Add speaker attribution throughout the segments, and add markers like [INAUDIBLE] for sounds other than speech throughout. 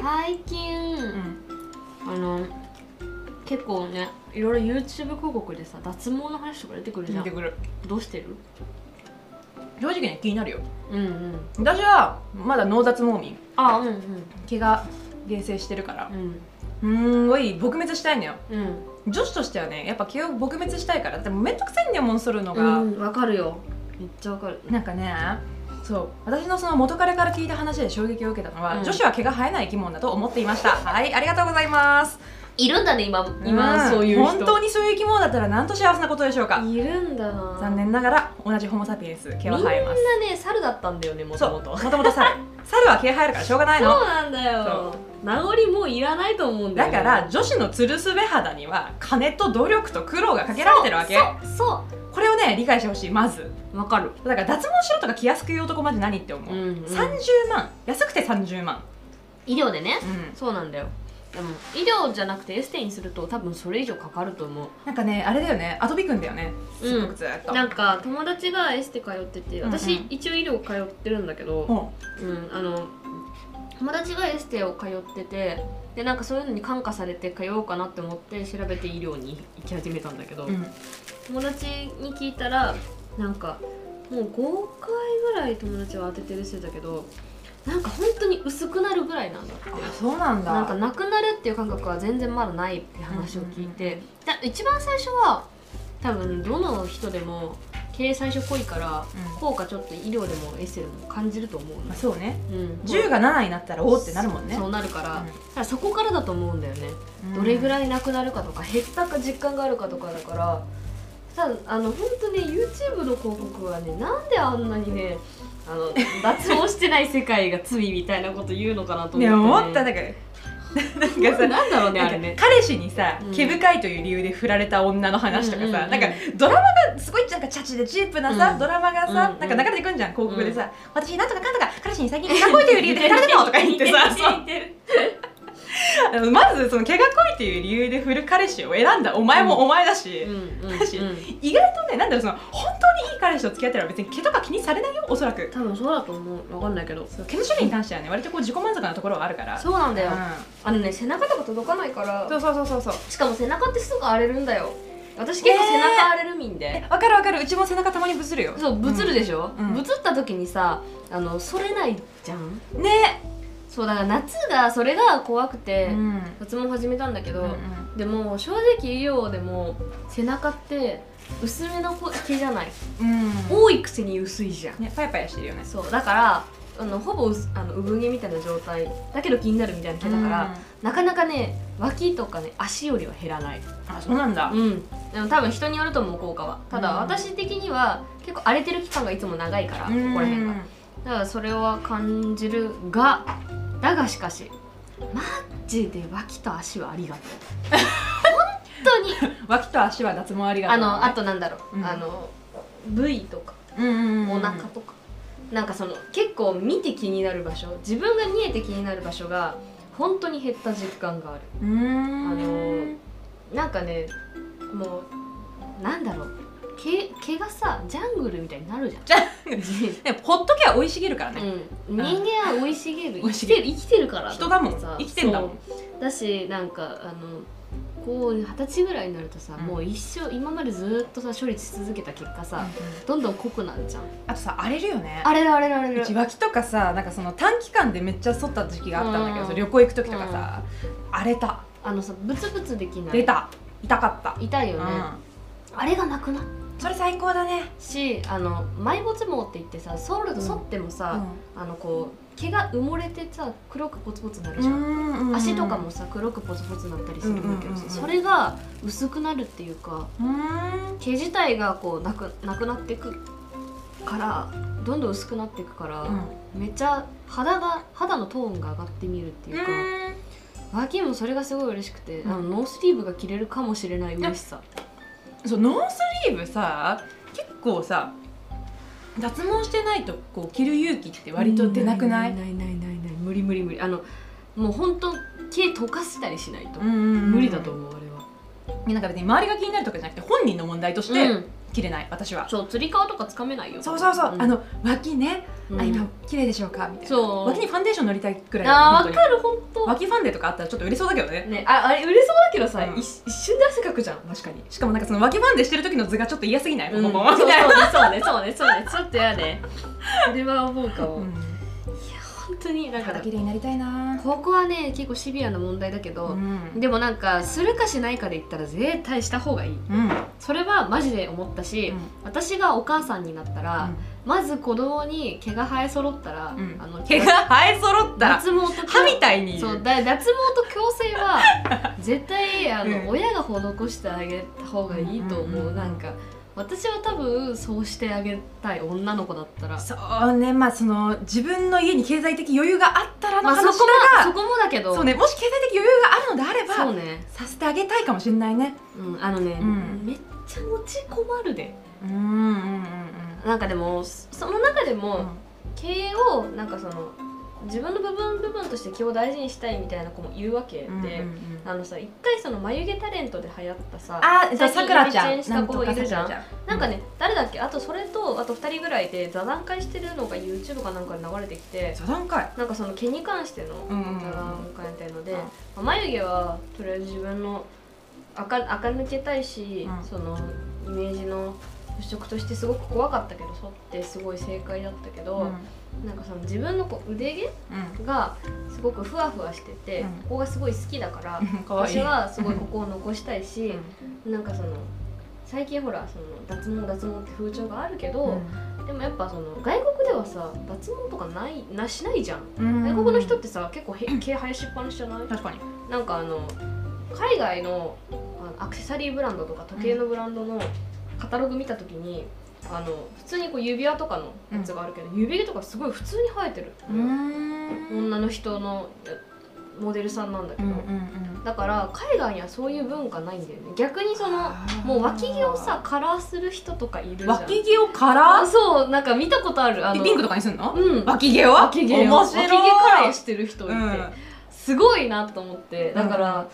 Speaker 1: 最近、あの結構ねいろいろ YouTube 広告でさ脱毛の話とか出てくるじゃ
Speaker 2: 見
Speaker 1: ん
Speaker 2: てくる
Speaker 1: どうしてる
Speaker 2: 正直ね気になるよ
Speaker 1: うんうん
Speaker 2: 私はまだ脳雑毛民
Speaker 1: あうんうん
Speaker 2: 毛が原生してるから
Speaker 1: うん
Speaker 2: うーんごい撲滅したいのよ
Speaker 1: うん
Speaker 2: 女子としてはねやっぱ毛を撲滅したいからでもめんどくさいんだよもんするのが、
Speaker 1: うんわかるよめっちゃわかる
Speaker 2: なんかねそう私のその元彼から聞いた話で衝撃を受けたのは、
Speaker 1: うん
Speaker 2: 女子は毛が生えない生き物だと思ってい
Speaker 1: [LAUGHS]
Speaker 2: ましたはいありがとうございます
Speaker 1: いるんだね今今、
Speaker 2: ん
Speaker 1: そういう人
Speaker 2: 本当にそういう生き物だったらなんと幸せなことでしょうか
Speaker 1: いるんだな
Speaker 2: 残念ながら同じホモ・サピエンス毛は生えます
Speaker 1: みんなね猿だったんだよねも
Speaker 2: そ
Speaker 1: と
Speaker 2: う
Speaker 1: も
Speaker 2: も
Speaker 1: と
Speaker 2: ともと猿猿は毛生えるからしょうがない
Speaker 1: そう
Speaker 2: の
Speaker 1: なんだよ名残もういらないと思うんだよ
Speaker 2: だ
Speaker 1: ね
Speaker 2: から女子のつるすべ肌には金と努力と苦労がかけられてるわけ
Speaker 1: そうそ
Speaker 2: これをね理解してほしいまず
Speaker 1: うわかる
Speaker 2: だから脱毛しろとか気安く言う男マジ何って思う、
Speaker 1: ん、
Speaker 2: 30万安くて30万
Speaker 1: 医療でね
Speaker 2: うん
Speaker 1: そうなんだよでも医療じゃなくてエステにすると多分それ以上かかると思う
Speaker 2: なんかねあれだよねアトピくんだよね
Speaker 1: うん
Speaker 2: すっごくずーっと、
Speaker 1: なんか友達がエステ通ってて
Speaker 2: うんうん
Speaker 1: 私一応医療通ってるんだけど、
Speaker 2: も
Speaker 1: うん、あの友達がエステを通っててでなんかそういうのに感化されて通おうかなって思って調べて医療に行き始めたんだけど、
Speaker 2: う、うん、
Speaker 1: 友達に聞いたらなんかもう5回ぐらい友達は当ててるしてたけどなんか本当に薄くなるぐらいなんだって
Speaker 2: あそうなんだ
Speaker 1: なんかなくなるっていう感覚は全然まだないって話を聞いて、だ一番最初は多分どの人でも経営最初濃いから
Speaker 2: うん
Speaker 1: 効果ちょっと医療でもエステでも感じると思うの
Speaker 2: まあ、そうね
Speaker 1: うん、
Speaker 2: 10が7になったらおーってなるもんね
Speaker 1: そうなるから,、だからそこからだと思うんだよね、
Speaker 2: うん
Speaker 1: どれぐ
Speaker 2: い
Speaker 1: らいなくなるかとか減ったか実感があるかとかだからただあの本当ね YouTube の広告はねなんであんなにねあの脱毛してない世界が罪みたいなこと言うのかなと思って、
Speaker 2: ね思った
Speaker 1: ね
Speaker 2: だけ [LAUGHS] なんかさ
Speaker 1: なんだろうね
Speaker 2: な
Speaker 1: あ
Speaker 2: んか
Speaker 1: れね
Speaker 2: 彼氏にさ
Speaker 1: うん
Speaker 2: 毛深いという理由で振られた女の話とかさ、
Speaker 1: うんうんうん
Speaker 2: なんかドラマがすごいなんかチャチでチープなさ、
Speaker 1: うん
Speaker 2: ドラマが
Speaker 1: うん
Speaker 2: さ、
Speaker 1: うん
Speaker 2: なんか流れてくんじゃん広告でさ、私なんとかかんとか彼氏に最近毛が濃いという理由で振られたのとか言っ
Speaker 1: [LAUGHS]
Speaker 2: てさそうあのまずその毛が濃いという理由で振る彼氏を選んだお前もお前だし、
Speaker 1: うんうんうん
Speaker 2: だし意外とねなんだろうその本当にいい彼氏と付き合ってたら別に毛とか気にされないよおそらく
Speaker 1: 多分そうだと思うわかんないけど
Speaker 2: そう毛の種類に関してはね割とこう自己満足なところはあるから
Speaker 1: そうなんだよ、
Speaker 2: う
Speaker 1: あのね背中とか届かないから
Speaker 2: ん、そうそうそうそうそう
Speaker 1: しかも背中ってすぐ荒れるんだよ私結構背中荒れるみんで、
Speaker 2: えわかるわかるうちも背中たまにぶつるよ
Speaker 1: そうぶつるでしょ、
Speaker 2: うん
Speaker 1: ぶつった時にさあの反れないじゃん
Speaker 2: ね
Speaker 1: そうだから夏がそれが怖くて、
Speaker 2: うん
Speaker 1: 脱毛始めたんだけど、
Speaker 2: うん
Speaker 1: でも正直医療でも背中って薄めの毛じゃない
Speaker 2: うん
Speaker 1: 多いくせに薄いじゃん
Speaker 2: ねパヤパヤしてるよね
Speaker 1: そうだからあのほぼうすあの産毛みたいな状態だけど気になるみたいな毛だから、なかなかね脇とかね足よりは減らない
Speaker 2: うんあそうなんだ
Speaker 1: うんでも多分人によると思う効果はただ、
Speaker 2: うん
Speaker 1: 私的には結構荒れてる期間がいつも長いからここら辺がだからそれは感じるがだがしかしマジで脇と足はありがとう本当に
Speaker 2: 脇と足は脱毛ありがと
Speaker 1: あ
Speaker 2: う
Speaker 1: のあとなんだろう、
Speaker 2: うん
Speaker 1: あの部位とか
Speaker 2: うんうんうん
Speaker 1: お腹とか、なんかその結構見て気になる場所自分が見えて気になる場所が本当に減った実感がある
Speaker 2: うーん
Speaker 1: あのなんかねもうなんだろう毛毛がさジャングルみたいになるじゃん
Speaker 2: ジ
Speaker 1: ャングル
Speaker 2: ねほっとけば生い茂るからね、
Speaker 1: [LAUGHS] うん、人間は生い茂る生
Speaker 2: 生い
Speaker 1: き
Speaker 2: 茂
Speaker 1: て
Speaker 2: る
Speaker 1: る生きてるから
Speaker 2: 人だもん
Speaker 1: さ
Speaker 2: 生きてんだもん
Speaker 1: そうだしなんかあのこう二十歳ぐらいになるとさ、
Speaker 2: うん
Speaker 1: もう一生今までずっとさ処理し続けた結果さ、どんどん濃くなるじゃん
Speaker 2: あとさ荒れるよね
Speaker 1: あれだあれだあれ
Speaker 2: う
Speaker 1: だ
Speaker 2: ち脇とかさなんかその短期間でめっちゃ剃った時期があったんだけど、
Speaker 1: うん
Speaker 2: その旅行行く時とかさ、荒れた
Speaker 1: あのさブツブツできない
Speaker 2: 出た痛かった、
Speaker 1: 痛いよね、あれがなくなっ
Speaker 2: うん、それ最高だね、
Speaker 1: たしあの埋没毛って言ってさソウルと剃ってもさ、あのこう毛が埋もれてさ黒くポツポツなるじゃん、
Speaker 2: ん
Speaker 1: 足とかもさ黒くポツポツなったりするんだけどさ、
Speaker 2: うんうんうんうん
Speaker 1: それが薄くなるっていうか
Speaker 2: うーん
Speaker 1: 毛自体がこうなくなくなってくからどんどん薄くなっていくから、めっちゃ肌が肌のトーンが上がってみるっていうか、
Speaker 2: うん
Speaker 1: 脇もそれがすごい嬉しくて、
Speaker 2: うん
Speaker 1: あのノースリーブが着れるかもしれない嬉しさ
Speaker 2: そうノースリーブさ結構さ脱毛してないとこう着る勇気って割と出なくない
Speaker 1: ないないないない無理無理無理あのもう本当毛溶かしたりしないと、
Speaker 2: うんうんうん
Speaker 1: 無理だと思うあれは
Speaker 2: なんか別に周りが気になるとかじゃなくて本人の問題として、
Speaker 1: うん
Speaker 2: 切れない私は
Speaker 1: そう釣り革とかつかめないよ
Speaker 2: そうそうそう、
Speaker 1: ん
Speaker 2: あの脇ね、
Speaker 1: うん
Speaker 2: あ今綺麗でしょうかみたいな
Speaker 1: そう
Speaker 2: 脇にファンデーション塗りたいくらい
Speaker 1: あーわ
Speaker 2: 本当
Speaker 1: かる本当
Speaker 2: に脇ファンデとかあったらちょっと売れそうだけどね
Speaker 1: ねああれ売れそうだけどさ、
Speaker 2: うん
Speaker 1: 一一瞬で汗かくじゃん
Speaker 2: 確かにしかもなんかその脇ファンデしてる時の図がちょっと嫌すぎない、
Speaker 1: うん、そ
Speaker 2: ボ
Speaker 1: う
Speaker 2: ンボン
Speaker 1: そう
Speaker 2: ボンみたいな
Speaker 1: そうねそうねそうねちょっとやねそれは思うかも、
Speaker 2: う
Speaker 1: 本
Speaker 2: ん
Speaker 1: 当になんか
Speaker 2: 肌綺麗になりたいな
Speaker 1: ここはね結構シビアな問題だけ
Speaker 2: う
Speaker 1: ど、
Speaker 2: ん
Speaker 1: でもなんかするかしないかで言ったら絶対した方がいい
Speaker 2: うん
Speaker 1: それはマジで思ったし、私がお母さんになったら、まず子供に毛が生え揃ったら、
Speaker 2: うん
Speaker 1: あの
Speaker 2: 毛が生え揃ったら
Speaker 1: 脱毛と
Speaker 2: 歯みたいに
Speaker 1: そうだ脱毛と矯正
Speaker 2: [LAUGHS]
Speaker 1: は絶対あの、
Speaker 2: うん
Speaker 1: 親が施してあげた方がいいと思う,、
Speaker 2: うんうんうん
Speaker 1: なんか私は多分そうしてあげたい女の子だったら
Speaker 2: そうねまあその自分の家に経済的余裕があったらの
Speaker 1: まあ
Speaker 2: 話
Speaker 1: そ
Speaker 2: だ
Speaker 1: こ
Speaker 2: が、
Speaker 1: もそこもだけど
Speaker 2: そうねもし経済的余裕があるのであれば
Speaker 1: そうね
Speaker 2: させてあげたいかもしれないね
Speaker 1: うん、あのね、
Speaker 2: うん
Speaker 1: めっちゃ持ち困るで
Speaker 2: うんうんうん
Speaker 1: なんかでもそその中で
Speaker 2: う
Speaker 1: も、
Speaker 2: ん
Speaker 1: 経営をなんかその自分の部分部分として気を大事にしたいみたいな子もいるわけで、
Speaker 2: うんうんうん
Speaker 1: あのさ一回その眉毛タレントで流行ったさ
Speaker 2: あじゃ
Speaker 1: 最
Speaker 2: あ
Speaker 1: 近
Speaker 2: さくらちゃ
Speaker 1: イメ
Speaker 2: ん
Speaker 1: チェンした子いるじゃん
Speaker 2: な
Speaker 1: なんか
Speaker 2: ね
Speaker 1: ね、誰だっけあとそれとあと2人ぐらいで座談会してるのが YouTube かなんかで流れてきて
Speaker 2: 座談会
Speaker 1: なんかその毛に関しての
Speaker 2: うんうんうん
Speaker 1: 座談会みたいので、
Speaker 2: うん
Speaker 1: まあ眉毛はとりあえず自分の垢垢抜けたいし、
Speaker 2: うん
Speaker 1: そのイメージの払拭としてすごく怖かったけど剃ってすごい正解だったけ
Speaker 2: うん
Speaker 1: ど、なんかその自分のこう腕毛がすごくふわふわしてて、
Speaker 2: うん
Speaker 1: ここがすごい好きだから
Speaker 2: うんかわい
Speaker 1: 私
Speaker 2: い
Speaker 1: はすごいここを残したいし。
Speaker 2: う
Speaker 1: なんかその最近ほらその脱毛脱毛って風潮があるけ
Speaker 2: ん
Speaker 1: ど、でもやっぱその外国ではさ脱毛とかないなしないじゃん
Speaker 2: うん
Speaker 1: 外国の人ってさ結構へ毛生やしっぱなしじゃない
Speaker 2: 確かに
Speaker 1: なんかあの海外のあアクセサリーブランドとか時計のブランドのカタログ見た時にあの普通にこう指輪とかのやつがあるけど、指毛とかすごい普通に生えてる、
Speaker 2: ん
Speaker 1: 女の人のえモデルさんなんだけ
Speaker 2: う
Speaker 1: ど、
Speaker 2: んうん
Speaker 1: だから海外にはそういう文化ないんだよね逆にその
Speaker 2: あー
Speaker 1: もう脇毛をさカラーする人とかいるじゃん
Speaker 2: 脇毛をカ
Speaker 1: あ
Speaker 2: ラ
Speaker 1: そうなんか見たことあるあ
Speaker 2: ー
Speaker 1: の
Speaker 2: ピンクとかにすんの
Speaker 1: うん
Speaker 2: 脇毛を
Speaker 1: 脇毛を
Speaker 2: 面
Speaker 1: 脇毛
Speaker 2: 白い
Speaker 1: カラーしてる人いて、
Speaker 2: うん
Speaker 1: すごいなと思ってだから、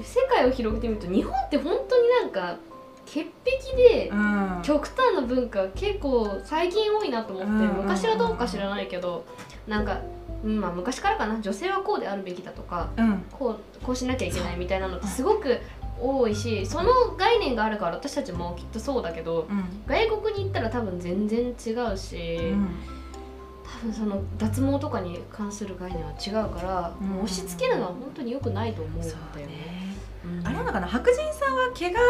Speaker 1: 世界を広げてみると日本って本当になんか潔癖で
Speaker 2: うん
Speaker 1: 極端な文化結構最近多いなと思って、
Speaker 2: うんうんうん
Speaker 1: 昔はどうか知らないけどなんか、うんまあ、昔からかな女性はこうであるべきだとか
Speaker 2: うん
Speaker 1: こうこうしなきゃいけないみたいなのってすごく多いしその概念があるから私たちもきっとそうだけど
Speaker 2: うん
Speaker 1: 外国に行ったら多分全然違うし、多分その脱毛とかに関する概念は違うから、
Speaker 2: うん
Speaker 1: もう押し付けるのは本当に良くないと思うんだよ
Speaker 2: そう
Speaker 1: ね。
Speaker 2: ね
Speaker 1: うん
Speaker 2: あれなのかな白人さんは毛が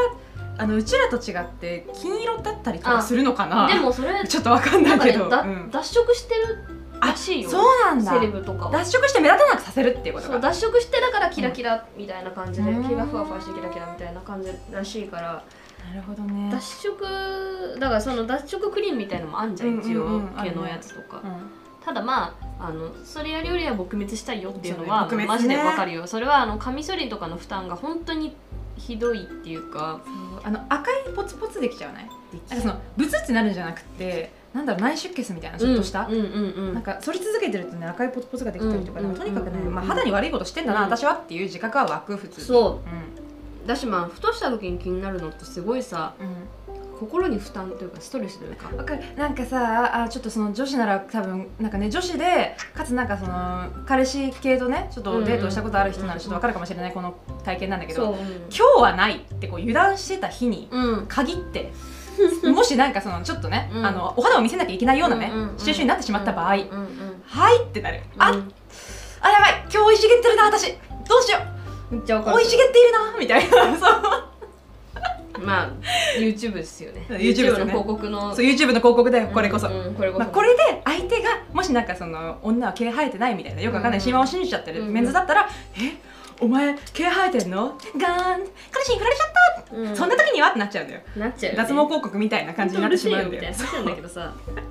Speaker 2: あのうちらと違って金色だったりとかするのかな
Speaker 1: でもそれ
Speaker 2: [LAUGHS] ちょっとわかん
Speaker 1: な
Speaker 2: な
Speaker 1: いんか
Speaker 2: け
Speaker 1: ね、
Speaker 2: ど、
Speaker 1: だ
Speaker 2: うん
Speaker 1: 脱色してるらしいよ
Speaker 2: そうなんだ
Speaker 1: セレブとかは
Speaker 2: 脱色して目立たなくさせるっていうこと
Speaker 1: そう
Speaker 2: か
Speaker 1: 脱色してだからキラキラみたいな感じで、
Speaker 2: うん
Speaker 1: 毛がふわふわしてキラキラみたいな感じらしいから、
Speaker 2: なるほどね
Speaker 1: 脱色だからその脱色クリームみたいのもあんじゃん、
Speaker 2: うん
Speaker 1: 一
Speaker 2: うん
Speaker 1: 応
Speaker 2: うん
Speaker 1: 毛のやつとか、
Speaker 2: うん
Speaker 1: ただまああのそれやるよりは撲滅したいよっていうのは
Speaker 2: そうね撲滅ね
Speaker 1: マジでわかるよそれはあのカミソリとかの負担が本当にひどいっていうか
Speaker 2: あの赤いポツポツできちゃわないなんかそのブツってなるんじゃなくてなんだろう内出血みたいなちょっとした、
Speaker 1: うんうんうん
Speaker 2: なんか剃り続けてるとね赤いポツポツができたりとか,、
Speaker 1: うん
Speaker 2: とにかくね、
Speaker 1: うん
Speaker 2: まあ、肌に悪いことしてんだな、
Speaker 1: うん
Speaker 2: 私はっていう自覚は湧く普通う、
Speaker 1: そ
Speaker 2: ん
Speaker 1: うだしまあふとした時に気になるのってすごいさ
Speaker 2: う
Speaker 1: 心に負担というかストレスというか
Speaker 2: ん、わかるなんかさあちょっとその女子なら多分なんかね女子でかつなんかその彼氏系とねちょっとデートしたことある人ならちょっとわかるかもしれないこの体験なんだけど、
Speaker 1: そう
Speaker 2: 今日はないってこう油断してた日に
Speaker 1: うん、うん、
Speaker 2: 限
Speaker 1: [LAUGHS]
Speaker 2: って、もしなんかそのちょっとね、
Speaker 1: うん
Speaker 2: あのお肌を見せなきゃいけないようなね、
Speaker 1: うんうんうん
Speaker 2: シチュエーションになってしまった場合、
Speaker 1: うんうん
Speaker 2: はいってなる、あ
Speaker 1: うん
Speaker 2: あやばい今日生い茂ってるな私どうしよう
Speaker 1: めっちゃわかる
Speaker 2: 生い茂っているなみたいなそう
Speaker 1: まあ YouTube ですよね
Speaker 2: [LAUGHS] YouTube ですよね
Speaker 1: の広告の
Speaker 2: [LAUGHS] そう YouTube の広告だよこれこそ、
Speaker 1: うんうんこれこそ、
Speaker 2: まあ、これで相手がもしなんかその女は毛生えてないみたいなよくわかんない
Speaker 1: うん
Speaker 2: 神話を信じちゃってる
Speaker 1: うん
Speaker 2: メンズだったら「えお前毛生えてんのガーン彼氏に振られちゃった!
Speaker 1: う」
Speaker 2: そんな時にはってなっちゃうんだよ
Speaker 1: なっちゃうよね、
Speaker 2: 脱毛広告みたいな感じになってしまうんだ
Speaker 1: 本
Speaker 2: よ
Speaker 1: 当うるせえみたいな話なんだけどさ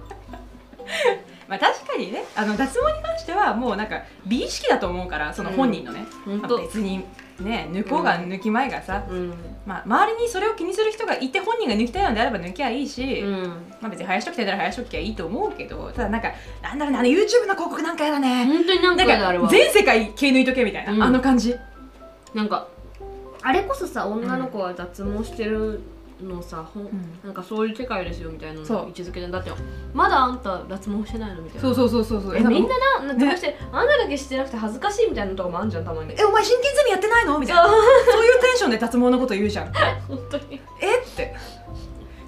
Speaker 2: まあ確かにねあの脱毛に関してはもうなんか美意識だと思うからその本人のね、
Speaker 1: 本
Speaker 2: まあ
Speaker 1: 当
Speaker 2: 別にね抜こうが抜きまいがさ、
Speaker 1: うん
Speaker 2: まあ、周りにそれを気にする人がいて本人が抜きたいのであれば抜きゃいいし、
Speaker 1: うん
Speaker 2: まあ、別に生やしときたいなら生やしときゃいいと思うけどただなんかなんだろうねあの YouTube の広告なんかやだね、
Speaker 1: 本当になんか
Speaker 2: な
Speaker 1: あれ
Speaker 2: んか
Speaker 1: は
Speaker 2: 全世界毛抜いとけみたいな、
Speaker 1: うん
Speaker 2: あの感じ
Speaker 1: なんかあれこそさ女の子は脱毛してるのさほん、
Speaker 2: ん
Speaker 1: なんかそういう世界ですよみたいなの
Speaker 2: そう
Speaker 1: 位置づけでだってまだあんた脱毛してないのみたいな
Speaker 2: そうそうそうそうそう
Speaker 1: え
Speaker 2: か
Speaker 1: みんなな脱毛して、あんただけしてなくて恥ずかしいみたいなとこもあるじゃんたまに
Speaker 2: えお前真剣ゼミやってないのみたいなそういうテンションで脱毛のこと言うじゃん
Speaker 1: 本当に
Speaker 2: えって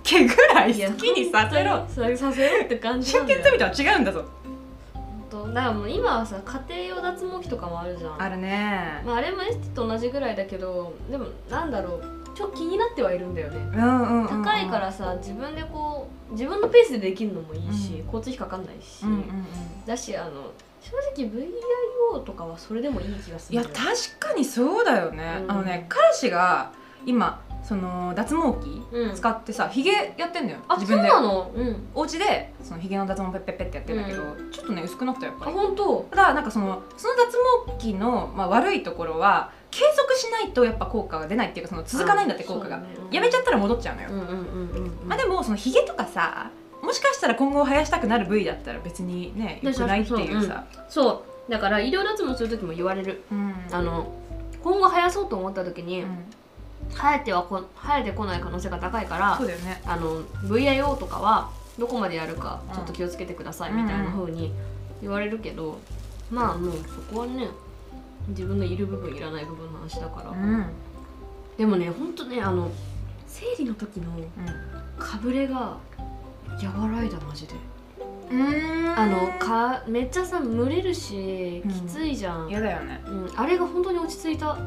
Speaker 2: 毛ぐらい好きにさせろ
Speaker 1: 本当にさせろって感じな
Speaker 2: 真
Speaker 1: んだ
Speaker 2: 剣
Speaker 1: よ
Speaker 2: ゼミとは違うんだぞ
Speaker 1: 本当だからもう今はさ家庭用脱毛器とかもあるじゃん
Speaker 2: あるね
Speaker 1: まあ、あれもエステと同じぐらいだけどでもなんだろうちょっと気になってはいるんだよね
Speaker 2: うんうんうんうん
Speaker 1: 高いからさ自分でこう自分のペースでできるのもいいし、
Speaker 2: うん
Speaker 1: 交通費かかんないし、
Speaker 2: うんうんうん
Speaker 1: だしあの正直 VIO とかはそれでもいい気がす
Speaker 2: い
Speaker 1: る
Speaker 2: や確かにそうだよね、
Speaker 1: うん
Speaker 2: あのね彼氏が今その脱毛器
Speaker 1: うん、
Speaker 2: 使ってさひげやってんのよ
Speaker 1: あ
Speaker 2: 自分で
Speaker 1: そうなのうん
Speaker 2: お家でそのひげの脱毛ペッペッペッってやってんだけど、ちょっとね薄くなったよやっ
Speaker 1: あ
Speaker 2: ぱり
Speaker 1: 本当
Speaker 2: ただなんかそのその脱毛器の、まあ、悪いところは継続しないとやっぱ効果が出ないっていうかその続かないんだって効果が、
Speaker 1: あそうだね
Speaker 2: やめちゃったら戻っちゃうのよ、
Speaker 1: うんうんうんうんうん
Speaker 2: まあでもそのひげとかさもしかしたら今後生やしたくなる部位だったら別にね良くないっていうさ
Speaker 1: そうだから医療脱毛する時も言われる
Speaker 2: うん
Speaker 1: あの今後生やそうと思った時に、
Speaker 2: うん
Speaker 1: 生えてはこ生えてこない可能性が高いから
Speaker 2: そうだよね
Speaker 1: あの VIO とかはどこまでやるか
Speaker 2: うん
Speaker 1: ちょっと気をつけてくださいみたいな風に言われるけど、まあもうそこはね自分のいる部分いらない部分の話だから、
Speaker 2: うん
Speaker 1: でもねほんとねあの生理の時のかぶれが和らいだマジで
Speaker 2: うん
Speaker 1: あのかめっちゃさ蒸れるしきついじゃん、うん
Speaker 2: 嫌だよね
Speaker 1: あれが本当に落ち着いたは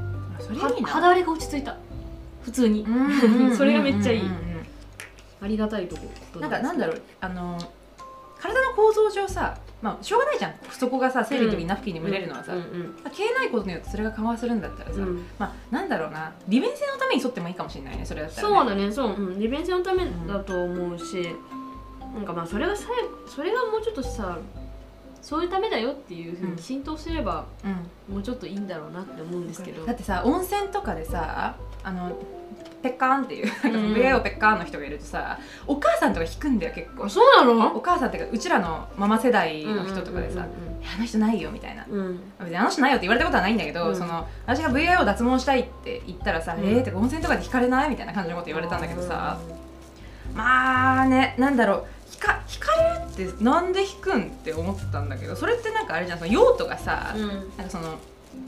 Speaker 2: それいいな
Speaker 1: 肌荒れが落ち着いた普通に、
Speaker 2: う
Speaker 1: [LAUGHS]
Speaker 2: ん
Speaker 1: それがめっちゃいい
Speaker 2: うんうんうん
Speaker 1: ありがたいとこ
Speaker 2: う
Speaker 1: と
Speaker 2: んなんか
Speaker 1: です
Speaker 2: な
Speaker 1: け
Speaker 2: ん
Speaker 1: ど
Speaker 2: だろうあの体の構造上さまあしょうがないじゃんそこがさ生理の時にナフキンに蒸れるのはさ、
Speaker 1: うん
Speaker 2: まあ消えないことによってそれが緩和するんだったら
Speaker 1: う
Speaker 2: さ、
Speaker 1: んうん
Speaker 2: まあなんだろうな利便性のために沿ってもいいかもしれないねそれだったら、ね、
Speaker 1: そうだねそう、うん、利便性のためだと思うし、なんかまあそれがさそれがもうちょっとさそういうためだよっていうふう
Speaker 2: うん
Speaker 1: に浸透すれば
Speaker 2: うん
Speaker 1: もうちょっといいんだろうなって思うんですけど、
Speaker 2: だってさ温泉とかでさあのペッカーンっていう
Speaker 1: うんうん
Speaker 2: VIO ペッカーンの人がいるとさお母さんとか引くんだよ結構
Speaker 1: あそうなの
Speaker 2: お母さんっていうかうちらのママ世代の人とかでさ「いやあの人ないよ」みたいな
Speaker 1: うんうんうんうん
Speaker 2: 別にあの人ないよって言われたことはないんだけど、
Speaker 1: うん
Speaker 2: その私が VIO 脱毛したいって言ったらさ「
Speaker 1: うん
Speaker 2: えー?」ってか温泉とかで引かれないみたいな感じのこと言われたんだけどさ、まあねなんだろう引か引かれるってなんで引くんって思ったんだけどそれってなんかあれじゃんその用途がさ、
Speaker 1: うん
Speaker 2: なんかその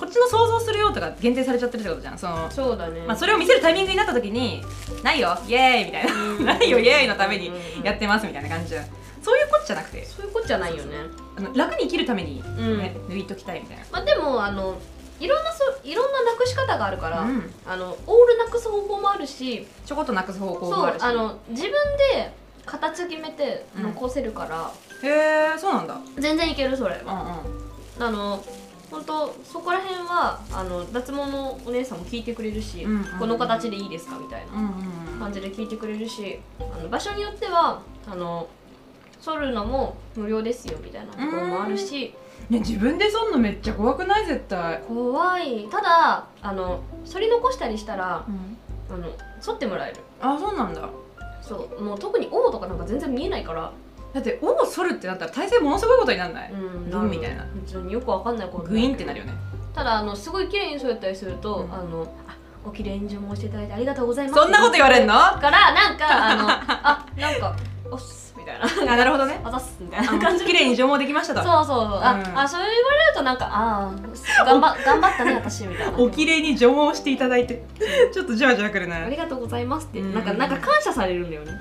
Speaker 2: こっちの想像する用途が限定されちゃってるってことじゃんその、
Speaker 1: そうだね、
Speaker 2: まあ、それを見せるタイミングになった時に「ないよイエーイ!」みたいな
Speaker 1: う
Speaker 2: [LAUGHS] 「
Speaker 1: ん
Speaker 2: ないよイエーイ!」のために
Speaker 1: うんうんうん
Speaker 2: やってますみたいな感じじゃんそういうことじゃなくて
Speaker 1: そういうことじゃないよね
Speaker 2: あの楽に生きるために、ね
Speaker 1: うん
Speaker 2: 抜いときたいみたいな。
Speaker 1: まあでもあのいろんなそいろんななくし方があるから、
Speaker 2: うん
Speaker 1: あのオールなくす方法もあるし
Speaker 2: ちょこっとなくす方向も
Speaker 1: そ
Speaker 2: あ
Speaker 1: う
Speaker 2: るし
Speaker 1: あの自分で形決めて
Speaker 2: うん
Speaker 1: 残せるから、
Speaker 2: へえそうなんだ
Speaker 1: 全然いけるそれ
Speaker 2: うんうん
Speaker 1: あの本当そこら辺はあの脱毛のお姉さんも聞いてくれるし、
Speaker 2: うんうんうん
Speaker 1: この形でいいですかみたいな
Speaker 2: うんうんうん
Speaker 1: 感じで聞いてくれるしあの場所によってはあの剃るのも無料ですよみたいなところもあるし
Speaker 2: ね自分でそんのめっちゃ怖くない絶対
Speaker 1: 怖いただあの剃り残したりしたらあの剃ってもらえる
Speaker 2: あそうなんだ
Speaker 1: そうもう特に O とかなんか全然見えないから
Speaker 2: だって「おを剃る」ってなったら体勢ものすごいことになんない、
Speaker 1: うん
Speaker 2: どうみたいな
Speaker 1: 普通によくわかんないこと
Speaker 2: グインってなるよね
Speaker 1: ただあのすごい綺麗にそうやったりすると、
Speaker 2: うん
Speaker 1: あのあお綺麗に注文していただいてありがとうございます
Speaker 2: そんなこと言われん [LAUGHS] のあ
Speaker 1: からなんか
Speaker 2: [LAUGHS]
Speaker 1: あのあなんかおっすみたいな
Speaker 2: なるほどね
Speaker 1: あざっすみたいな
Speaker 2: あ
Speaker 1: 感じ
Speaker 2: 綺麗に除毛できました
Speaker 1: そう
Speaker 2: と
Speaker 1: そうそう、あ
Speaker 2: うん
Speaker 1: あそれ言われるとなんかああ頑張頑張ったね私みたいな
Speaker 2: お綺麗に除毛していただいてちょっとじわじわくる
Speaker 1: あ
Speaker 2: な
Speaker 1: りがとうございますって、
Speaker 2: うん
Speaker 1: なんかなんか感謝されるんだよね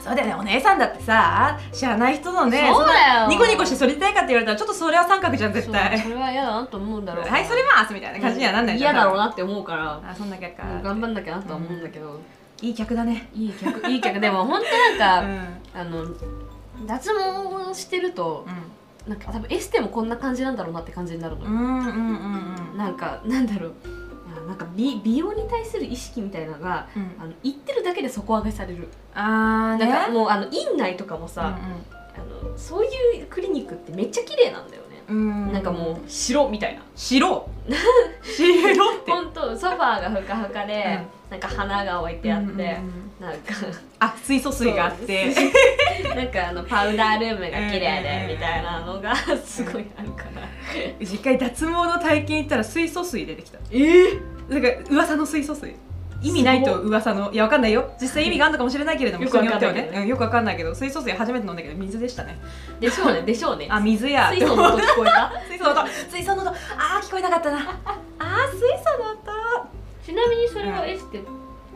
Speaker 2: そうだよねお姉さんだってさ知らない人のね
Speaker 1: そうだよ
Speaker 2: ニコニコして剃りたいかって言われたらちょっとそれは三角じゃん絶
Speaker 1: そう
Speaker 2: 対
Speaker 1: それは嫌だなと思うんだろう
Speaker 2: はいそれますみたいな感じにはなんないじゃ
Speaker 1: 嫌
Speaker 2: ん
Speaker 1: だろうなって思うから
Speaker 2: あそんな客か
Speaker 1: もう頑張んなきゃなとは思うんだけど、
Speaker 2: いい客だね
Speaker 1: いい客いい客でも本当
Speaker 2: う
Speaker 1: なんか、
Speaker 2: ん
Speaker 1: あの脱毛してるとなんか多分エステもこんな感じなんだろうなって感じになるのよ
Speaker 2: うんうんうんうんうん
Speaker 1: なんかなんだろうあなんか美美容に対する意識みたいなのがあの言ってるだけで底上げされる
Speaker 2: あー
Speaker 1: なん
Speaker 2: ね
Speaker 1: かもうあの院内とかもさ、
Speaker 2: う
Speaker 1: あのそういうクリニックってめっちゃ綺麗なんだよね、
Speaker 2: んうんうん
Speaker 1: なんかもう白みたいな
Speaker 2: 白 [LAUGHS] 白って
Speaker 1: ほんとソファーがふかふかで、なんか花が置いてあって、
Speaker 2: うんうんうん
Speaker 1: なんか
Speaker 2: あ水素水があって
Speaker 1: そうなんかあのパウダールームが綺麗でみたいなのがすごいあるから
Speaker 2: 実家に脱毛の体験行ったら水素水出てきた
Speaker 1: え
Speaker 2: なんか噂の水素水意味ないと噂のいやわかんないよ実際意味があるのかもしれないけれども
Speaker 1: よくわ
Speaker 2: 人
Speaker 1: か
Speaker 2: に
Speaker 1: ん
Speaker 2: よ
Speaker 1: ない
Speaker 2: っ
Speaker 1: け
Speaker 2: て
Speaker 1: ど
Speaker 2: はね、うんよくわかんないけど水素水初めて飲んだけど水でしたね
Speaker 1: でしょうねでしょうね
Speaker 2: あ水や
Speaker 1: 水素の音聞こえた
Speaker 2: [LAUGHS] 水素の音水素の音あー聞こえなかったな [LAUGHS] あー水素の音
Speaker 1: ちなみにそれはエステ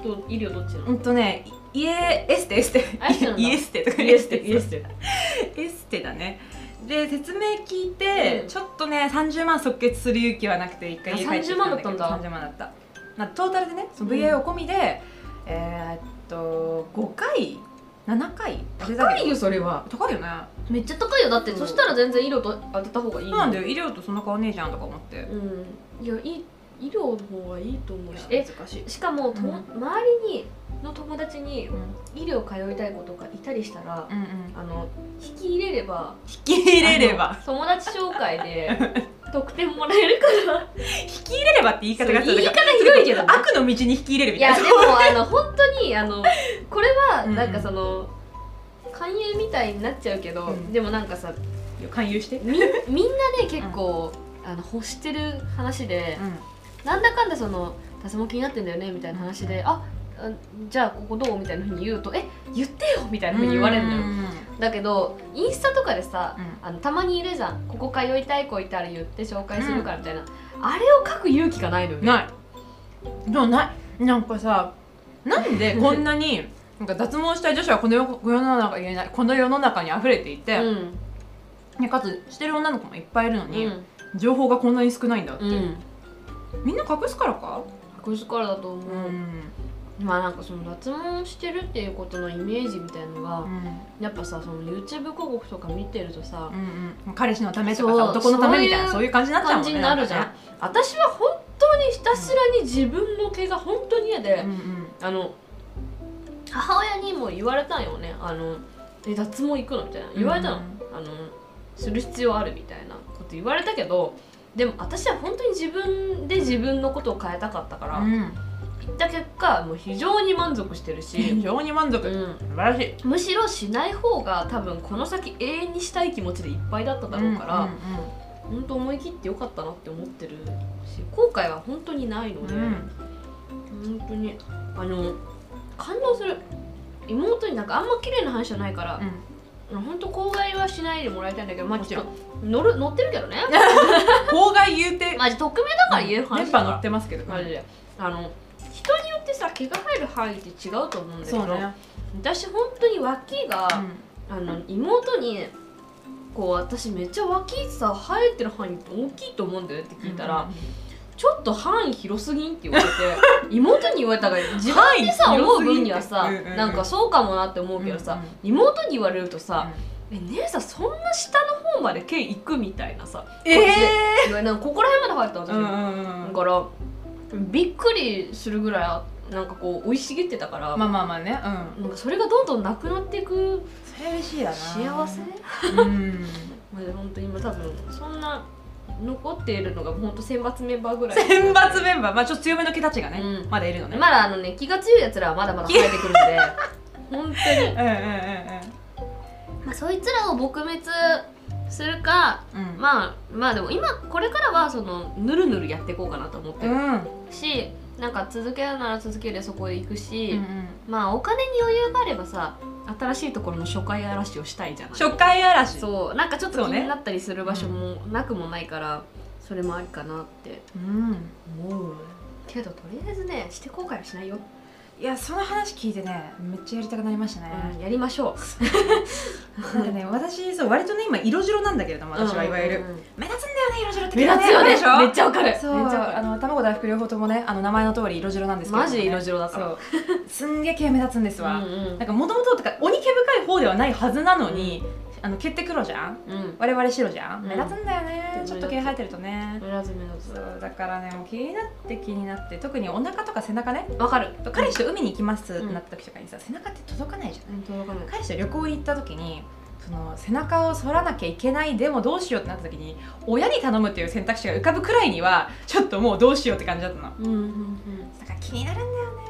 Speaker 1: と医療どっちな
Speaker 2: う
Speaker 1: の
Speaker 2: んとねイエエステエステ
Speaker 1: あエステなんだ
Speaker 2: イエステとか
Speaker 1: イエステイエス
Speaker 2: テエステだねで説明聞いて、
Speaker 1: うん
Speaker 2: ちょっとね30万即決する勇気はなくて一回家帰ってき
Speaker 1: あ30万だったんだ
Speaker 2: 30万だったまあトータルでねその
Speaker 1: うん
Speaker 2: VIO 込みで、えーっと5回7回
Speaker 1: 高いよそれは
Speaker 2: 高いよね
Speaker 1: めっちゃ高いよだって、
Speaker 2: うん
Speaker 1: そしたら全然医療と当てた方がいい
Speaker 2: そうなんだよ医療とそんな変わんねえじゃんとか思って
Speaker 1: うんいやいい医療の方がいいと思うしえ
Speaker 2: 難しい、
Speaker 1: しかも、とも周りにの友達に
Speaker 2: うん、
Speaker 1: 医療通いたい子とかいたりしたら、
Speaker 2: うんうん
Speaker 1: あの引き入れれば
Speaker 2: 引き入れれ
Speaker 1: あ
Speaker 2: ば
Speaker 1: の友達紹介で得点もらえるから
Speaker 2: 引き入れればって言い方が
Speaker 1: そう言い方
Speaker 2: なんか
Speaker 1: ひどいけどね
Speaker 2: 悪の道に引き入れるみ
Speaker 1: い
Speaker 2: たい
Speaker 1: や
Speaker 2: な
Speaker 1: でもあの本当にあのこれは
Speaker 2: うん
Speaker 1: なんかその、勧誘みたいになっちゃうけど、
Speaker 2: うん
Speaker 1: でもなんかさ
Speaker 2: 勧誘して、
Speaker 1: みみんなね結構、あの欲してる話で、なんだかんだその「私も気になってんだよね」みたいな話で「ああじゃあここどう?」みたいなふうに言うと「え言ってよ」みたいなふうに言われるのよ、
Speaker 2: うん
Speaker 1: だけどインスタとかでさ、
Speaker 2: う
Speaker 1: あのたまにいるじゃん「ここ通いたい子いたら言って紹介するから」みたいな、あれを書く勇気がないのよね
Speaker 2: ないでもないなんかさなんでこんなになんか脱毛したい女子はこの世この世の中言えないこの世の中に溢れていて、
Speaker 1: うん
Speaker 2: ねかつしてる女の子もいっぱいいるの
Speaker 1: う
Speaker 2: に、
Speaker 1: ん
Speaker 2: 情報がこんなに少ないんだって、
Speaker 1: うん
Speaker 2: みんな隠すからか
Speaker 1: こじからだと思
Speaker 2: う
Speaker 1: う、まあなんかその脱毛してるっていうことのイメージみたいのが、やっぱさその YouTube 広告とか見てるとさ、
Speaker 2: うん彼氏のためとかさ
Speaker 1: そう
Speaker 2: 男のためみたいな
Speaker 1: そ
Speaker 2: そうういう感じになっちゃう
Speaker 1: 感
Speaker 2: もんね
Speaker 1: じになるじゃん
Speaker 2: なんか
Speaker 1: 私は本当にひたすらに自分の毛が本当に嫌で、
Speaker 2: ねうん
Speaker 1: あの母親にも言われたんよねあのえ脱毛行くのみたいな言われたの,、
Speaker 2: うん
Speaker 1: あのする必要あるみたいなこと言われたけどでも私は本当に自分で自分のことを変えたかったから、
Speaker 2: うんうん
Speaker 1: 行った結果もう非常に満足してる
Speaker 2: 非
Speaker 1: し、
Speaker 2: 常に満足、
Speaker 1: うん
Speaker 2: 素晴らしい
Speaker 1: むしろしない方が多分この先永遠にしたい気持ちでいっぱいだっただろうから、
Speaker 2: うんうんうん
Speaker 1: 本当思い切ってよかったなって思ってるし後悔は本当にないので、本当にあの感動する妹になんかあんま綺麗な話じゃないから、本当公害はしないでもらいたいんだけどまあちょっと乗る乗ってるけどね
Speaker 2: 法外言うて
Speaker 1: まあ匿名だから言える
Speaker 2: 電
Speaker 1: 話だ
Speaker 2: 波
Speaker 1: か
Speaker 2: 乗
Speaker 1: ら
Speaker 2: ってますけど
Speaker 1: マジであの人によってさ毛が入る範囲って違うと思うんだけ
Speaker 2: そ
Speaker 1: ど、
Speaker 2: うね
Speaker 1: 私本当に脇が、あの妹にこう私めっちゃ脇さ生えてる範囲大きいと思うんだよねって聞いたら、ちょっと範囲広すぎんって
Speaker 2: [LAUGHS]
Speaker 1: 言われて妹に言われたから自分でさ
Speaker 2: 範囲
Speaker 1: 思う
Speaker 2: 広すぎんって
Speaker 1: 分にはさ、
Speaker 2: うんうんうん
Speaker 1: なんかそうかもなって思うけどさ、妹に言われるとさ「え姉さんそんな下の方まで毛行く?」みたいなさ
Speaker 2: ええ
Speaker 1: いやなんかここら辺まで生えてた私、だからびっくりするぐらいなんかこう生い茂ってたから、
Speaker 2: まあまあまあねうん
Speaker 1: なんかそれがどんどんなくなっていく
Speaker 2: それ嬉しいだな
Speaker 1: 幸せ
Speaker 2: うん
Speaker 1: まあ、本当に今多分そんな残っているのが本当選抜メンバーぐらい
Speaker 2: 選抜メンバーまあちょっと強めの毛たちがね
Speaker 1: うん
Speaker 2: まだいるの
Speaker 1: [LAUGHS]
Speaker 2: ね
Speaker 1: まだあのね気が強いやつらはまだまだ生えてくるん [LAUGHS] で本当に、
Speaker 2: うんうんう
Speaker 1: まあ、そいつらを撲滅するか
Speaker 2: んうん
Speaker 1: まあまあでも今これからはそのぬるぬるやっていこうかなと思って
Speaker 2: う
Speaker 1: る
Speaker 2: ん
Speaker 1: し、なんか続けるなら続けるでそこへ行くし、
Speaker 2: うん
Speaker 1: まあお金に余裕があればさ新しいところの初回嵐をしたいじゃない
Speaker 2: 初回嵐
Speaker 1: そうなんかちょっと
Speaker 2: そ
Speaker 1: 気
Speaker 2: うね
Speaker 1: になったりする場所もなくもないからそれもありかなって
Speaker 2: うん
Speaker 1: 思うけどとりあえずねして後悔はしないよ、
Speaker 2: いやその話聞いてねめっちゃやりたくなりましたね
Speaker 1: やりましょ
Speaker 2: なんかね私そう割とね今色白なんだけれども
Speaker 1: う
Speaker 2: 私はいわゆ
Speaker 1: う
Speaker 2: る
Speaker 1: んうんうん
Speaker 2: 目立つんだよね色白って
Speaker 1: 目立つよね
Speaker 2: でしょ
Speaker 1: めっちゃわかる
Speaker 2: そう
Speaker 1: めっちゃわ
Speaker 2: あ
Speaker 1: か
Speaker 2: の卵大福両方ともねあの名前の通り色白なんで
Speaker 1: る
Speaker 2: すけど、ね、
Speaker 1: マジで色白だから
Speaker 2: そうすんげえ毛目立つんですわ、
Speaker 1: うんうん
Speaker 2: なんかもともととか鬼毛深い方ではないはずなのに、あの毛って黒じゃん
Speaker 1: うん
Speaker 2: 我々白じゃん、
Speaker 1: うん
Speaker 2: 目立つんだよね
Speaker 1: うん
Speaker 2: ちょっと毛生えてるとね、
Speaker 1: 目立つ目立
Speaker 2: そうだからねもう気になって気になって特にお腹とか背中ね
Speaker 1: つわかる
Speaker 2: 彼氏と海に行きますっ
Speaker 1: うん
Speaker 2: てなった時とかにさ背中って届かないじゃ
Speaker 1: うん届かない
Speaker 2: ん彼氏と旅行行った時にその背中を反らなきゃいけないでもどうしようってなった時に親に頼むっていう選択肢が浮かぶくらいにはちょっともうどうしようって感じだったの
Speaker 1: うんうんうん
Speaker 2: なんか気になるんだよね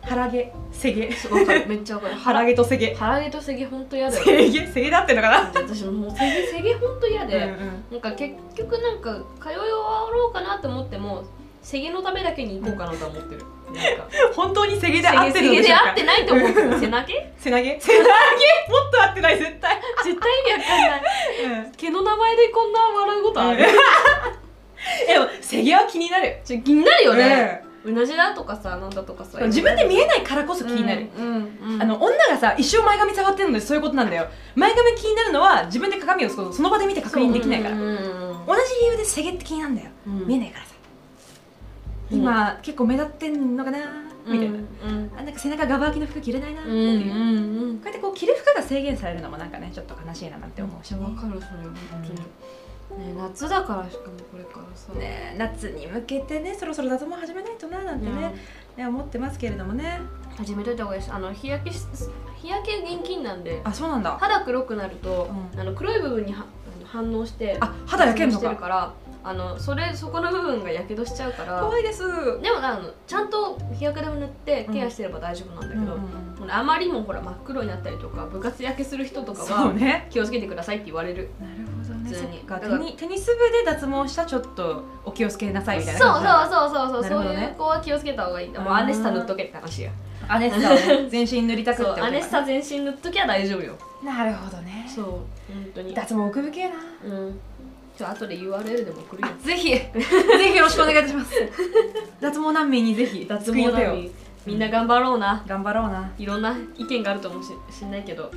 Speaker 2: 腹毛せげ
Speaker 1: そうわか [LAUGHS] るめっちゃわかる
Speaker 2: 腹毛とせげ
Speaker 1: 腹毛とせげほんと嫌だよ
Speaker 2: せげせげだってんのかな
Speaker 1: 私もうせげせげほんと嫌で、
Speaker 2: うん
Speaker 1: なんか結局なんか通い終わろうかなと思ってもセゲのためだけに行こうかなとは思ってる。なんか
Speaker 2: 本当にセゲで合っ
Speaker 1: セ
Speaker 2: てる
Speaker 1: ゲセ
Speaker 2: の
Speaker 1: ゲ
Speaker 2: でし
Speaker 1: で
Speaker 2: ょう
Speaker 1: 合っ
Speaker 2: か
Speaker 1: てないと思うけど背中絶
Speaker 2: 背投げ背投げもっと合ってない絶対、
Speaker 1: 対にわかんない。
Speaker 2: うん、
Speaker 1: 毛の名前でこんな笑うことあ [LAUGHS] る
Speaker 2: でもセゲは気になる
Speaker 1: ちょ気になるよね、うなじだとかさなんだとかさ
Speaker 2: うん自分で見えないからこそ
Speaker 1: 気
Speaker 2: 気になる、
Speaker 1: うんうん
Speaker 2: あの女がさ一生前髪触ってるのでそういうことなんだよ前髪気になるのは自分で鏡をそその場で見て確認できないから、
Speaker 1: うんうんうん
Speaker 2: 同じ理由でセゲって気になるんだよ、
Speaker 1: うん
Speaker 2: 見えないからさ
Speaker 1: うん
Speaker 2: 今、結構目立ってんのかなみたいな、
Speaker 1: うん
Speaker 2: あなんか背中ガバ空きの服着れないなって
Speaker 1: うん
Speaker 2: いう、こ
Speaker 1: うん
Speaker 2: うやってこう着る服が制限されるのもなんかねちょっと悲しいななんて思うし、
Speaker 1: うんわかるそれ本当にね夏だからしかもこれからさ
Speaker 2: ね、夏に向けてねそろそろ脱毛始めないとななんてね,、ね思ってますけれどもね
Speaker 1: うん始めといた方がいいですあの日焼けし日焼け厳禁なんで
Speaker 2: あそうなんだ
Speaker 1: 肌黒くなると、
Speaker 2: うん
Speaker 1: あの黒い部分にはあの反応して
Speaker 2: あ肌焼けんの
Speaker 1: してる
Speaker 2: か
Speaker 1: からあのそれそこの部分がやけどしちゃうから
Speaker 2: 怖いです
Speaker 1: でもあのちゃんと日焼け止め塗ってケアしてれば大丈夫なんだけど、もうあまりもほら真っ黒になったりとか部活焼けする人とか
Speaker 2: そう
Speaker 1: は
Speaker 2: ね
Speaker 1: 気をつけてくださいって言われる
Speaker 2: なるほどね
Speaker 1: 普通
Speaker 2: そ
Speaker 1: に
Speaker 2: っか
Speaker 1: だから
Speaker 2: テニテニス部で脱毛したちょっとお気をつけなさいみたいな
Speaker 1: そう
Speaker 2: 感じなんだ
Speaker 1: そうそうそうそう、
Speaker 2: なる
Speaker 1: そ
Speaker 2: ほ
Speaker 1: う
Speaker 2: どね
Speaker 1: いう子は気をつけた方がいいもう
Speaker 2: あー
Speaker 1: アネスタ塗っとけって話よ
Speaker 2: アネッサをね全身塗りたくって
Speaker 1: そ
Speaker 2: こ
Speaker 1: う
Speaker 2: と
Speaker 1: アネスタ全身塗っときゃ大丈夫よ
Speaker 2: なるほどね
Speaker 1: そう本当に
Speaker 2: 脱毛奥深いな
Speaker 1: うんちょっと後で URL でも送るよ
Speaker 2: あぜひぜひよろしくお願いいたし [LAUGHS] ます脱毛難民にぜひ
Speaker 1: 脱
Speaker 2: 救い
Speaker 1: 毛
Speaker 2: の手
Speaker 1: だ
Speaker 2: を
Speaker 1: みみんな頑張ろうな
Speaker 2: 頑張ろうない
Speaker 1: ろんな意見があると思うししんないけど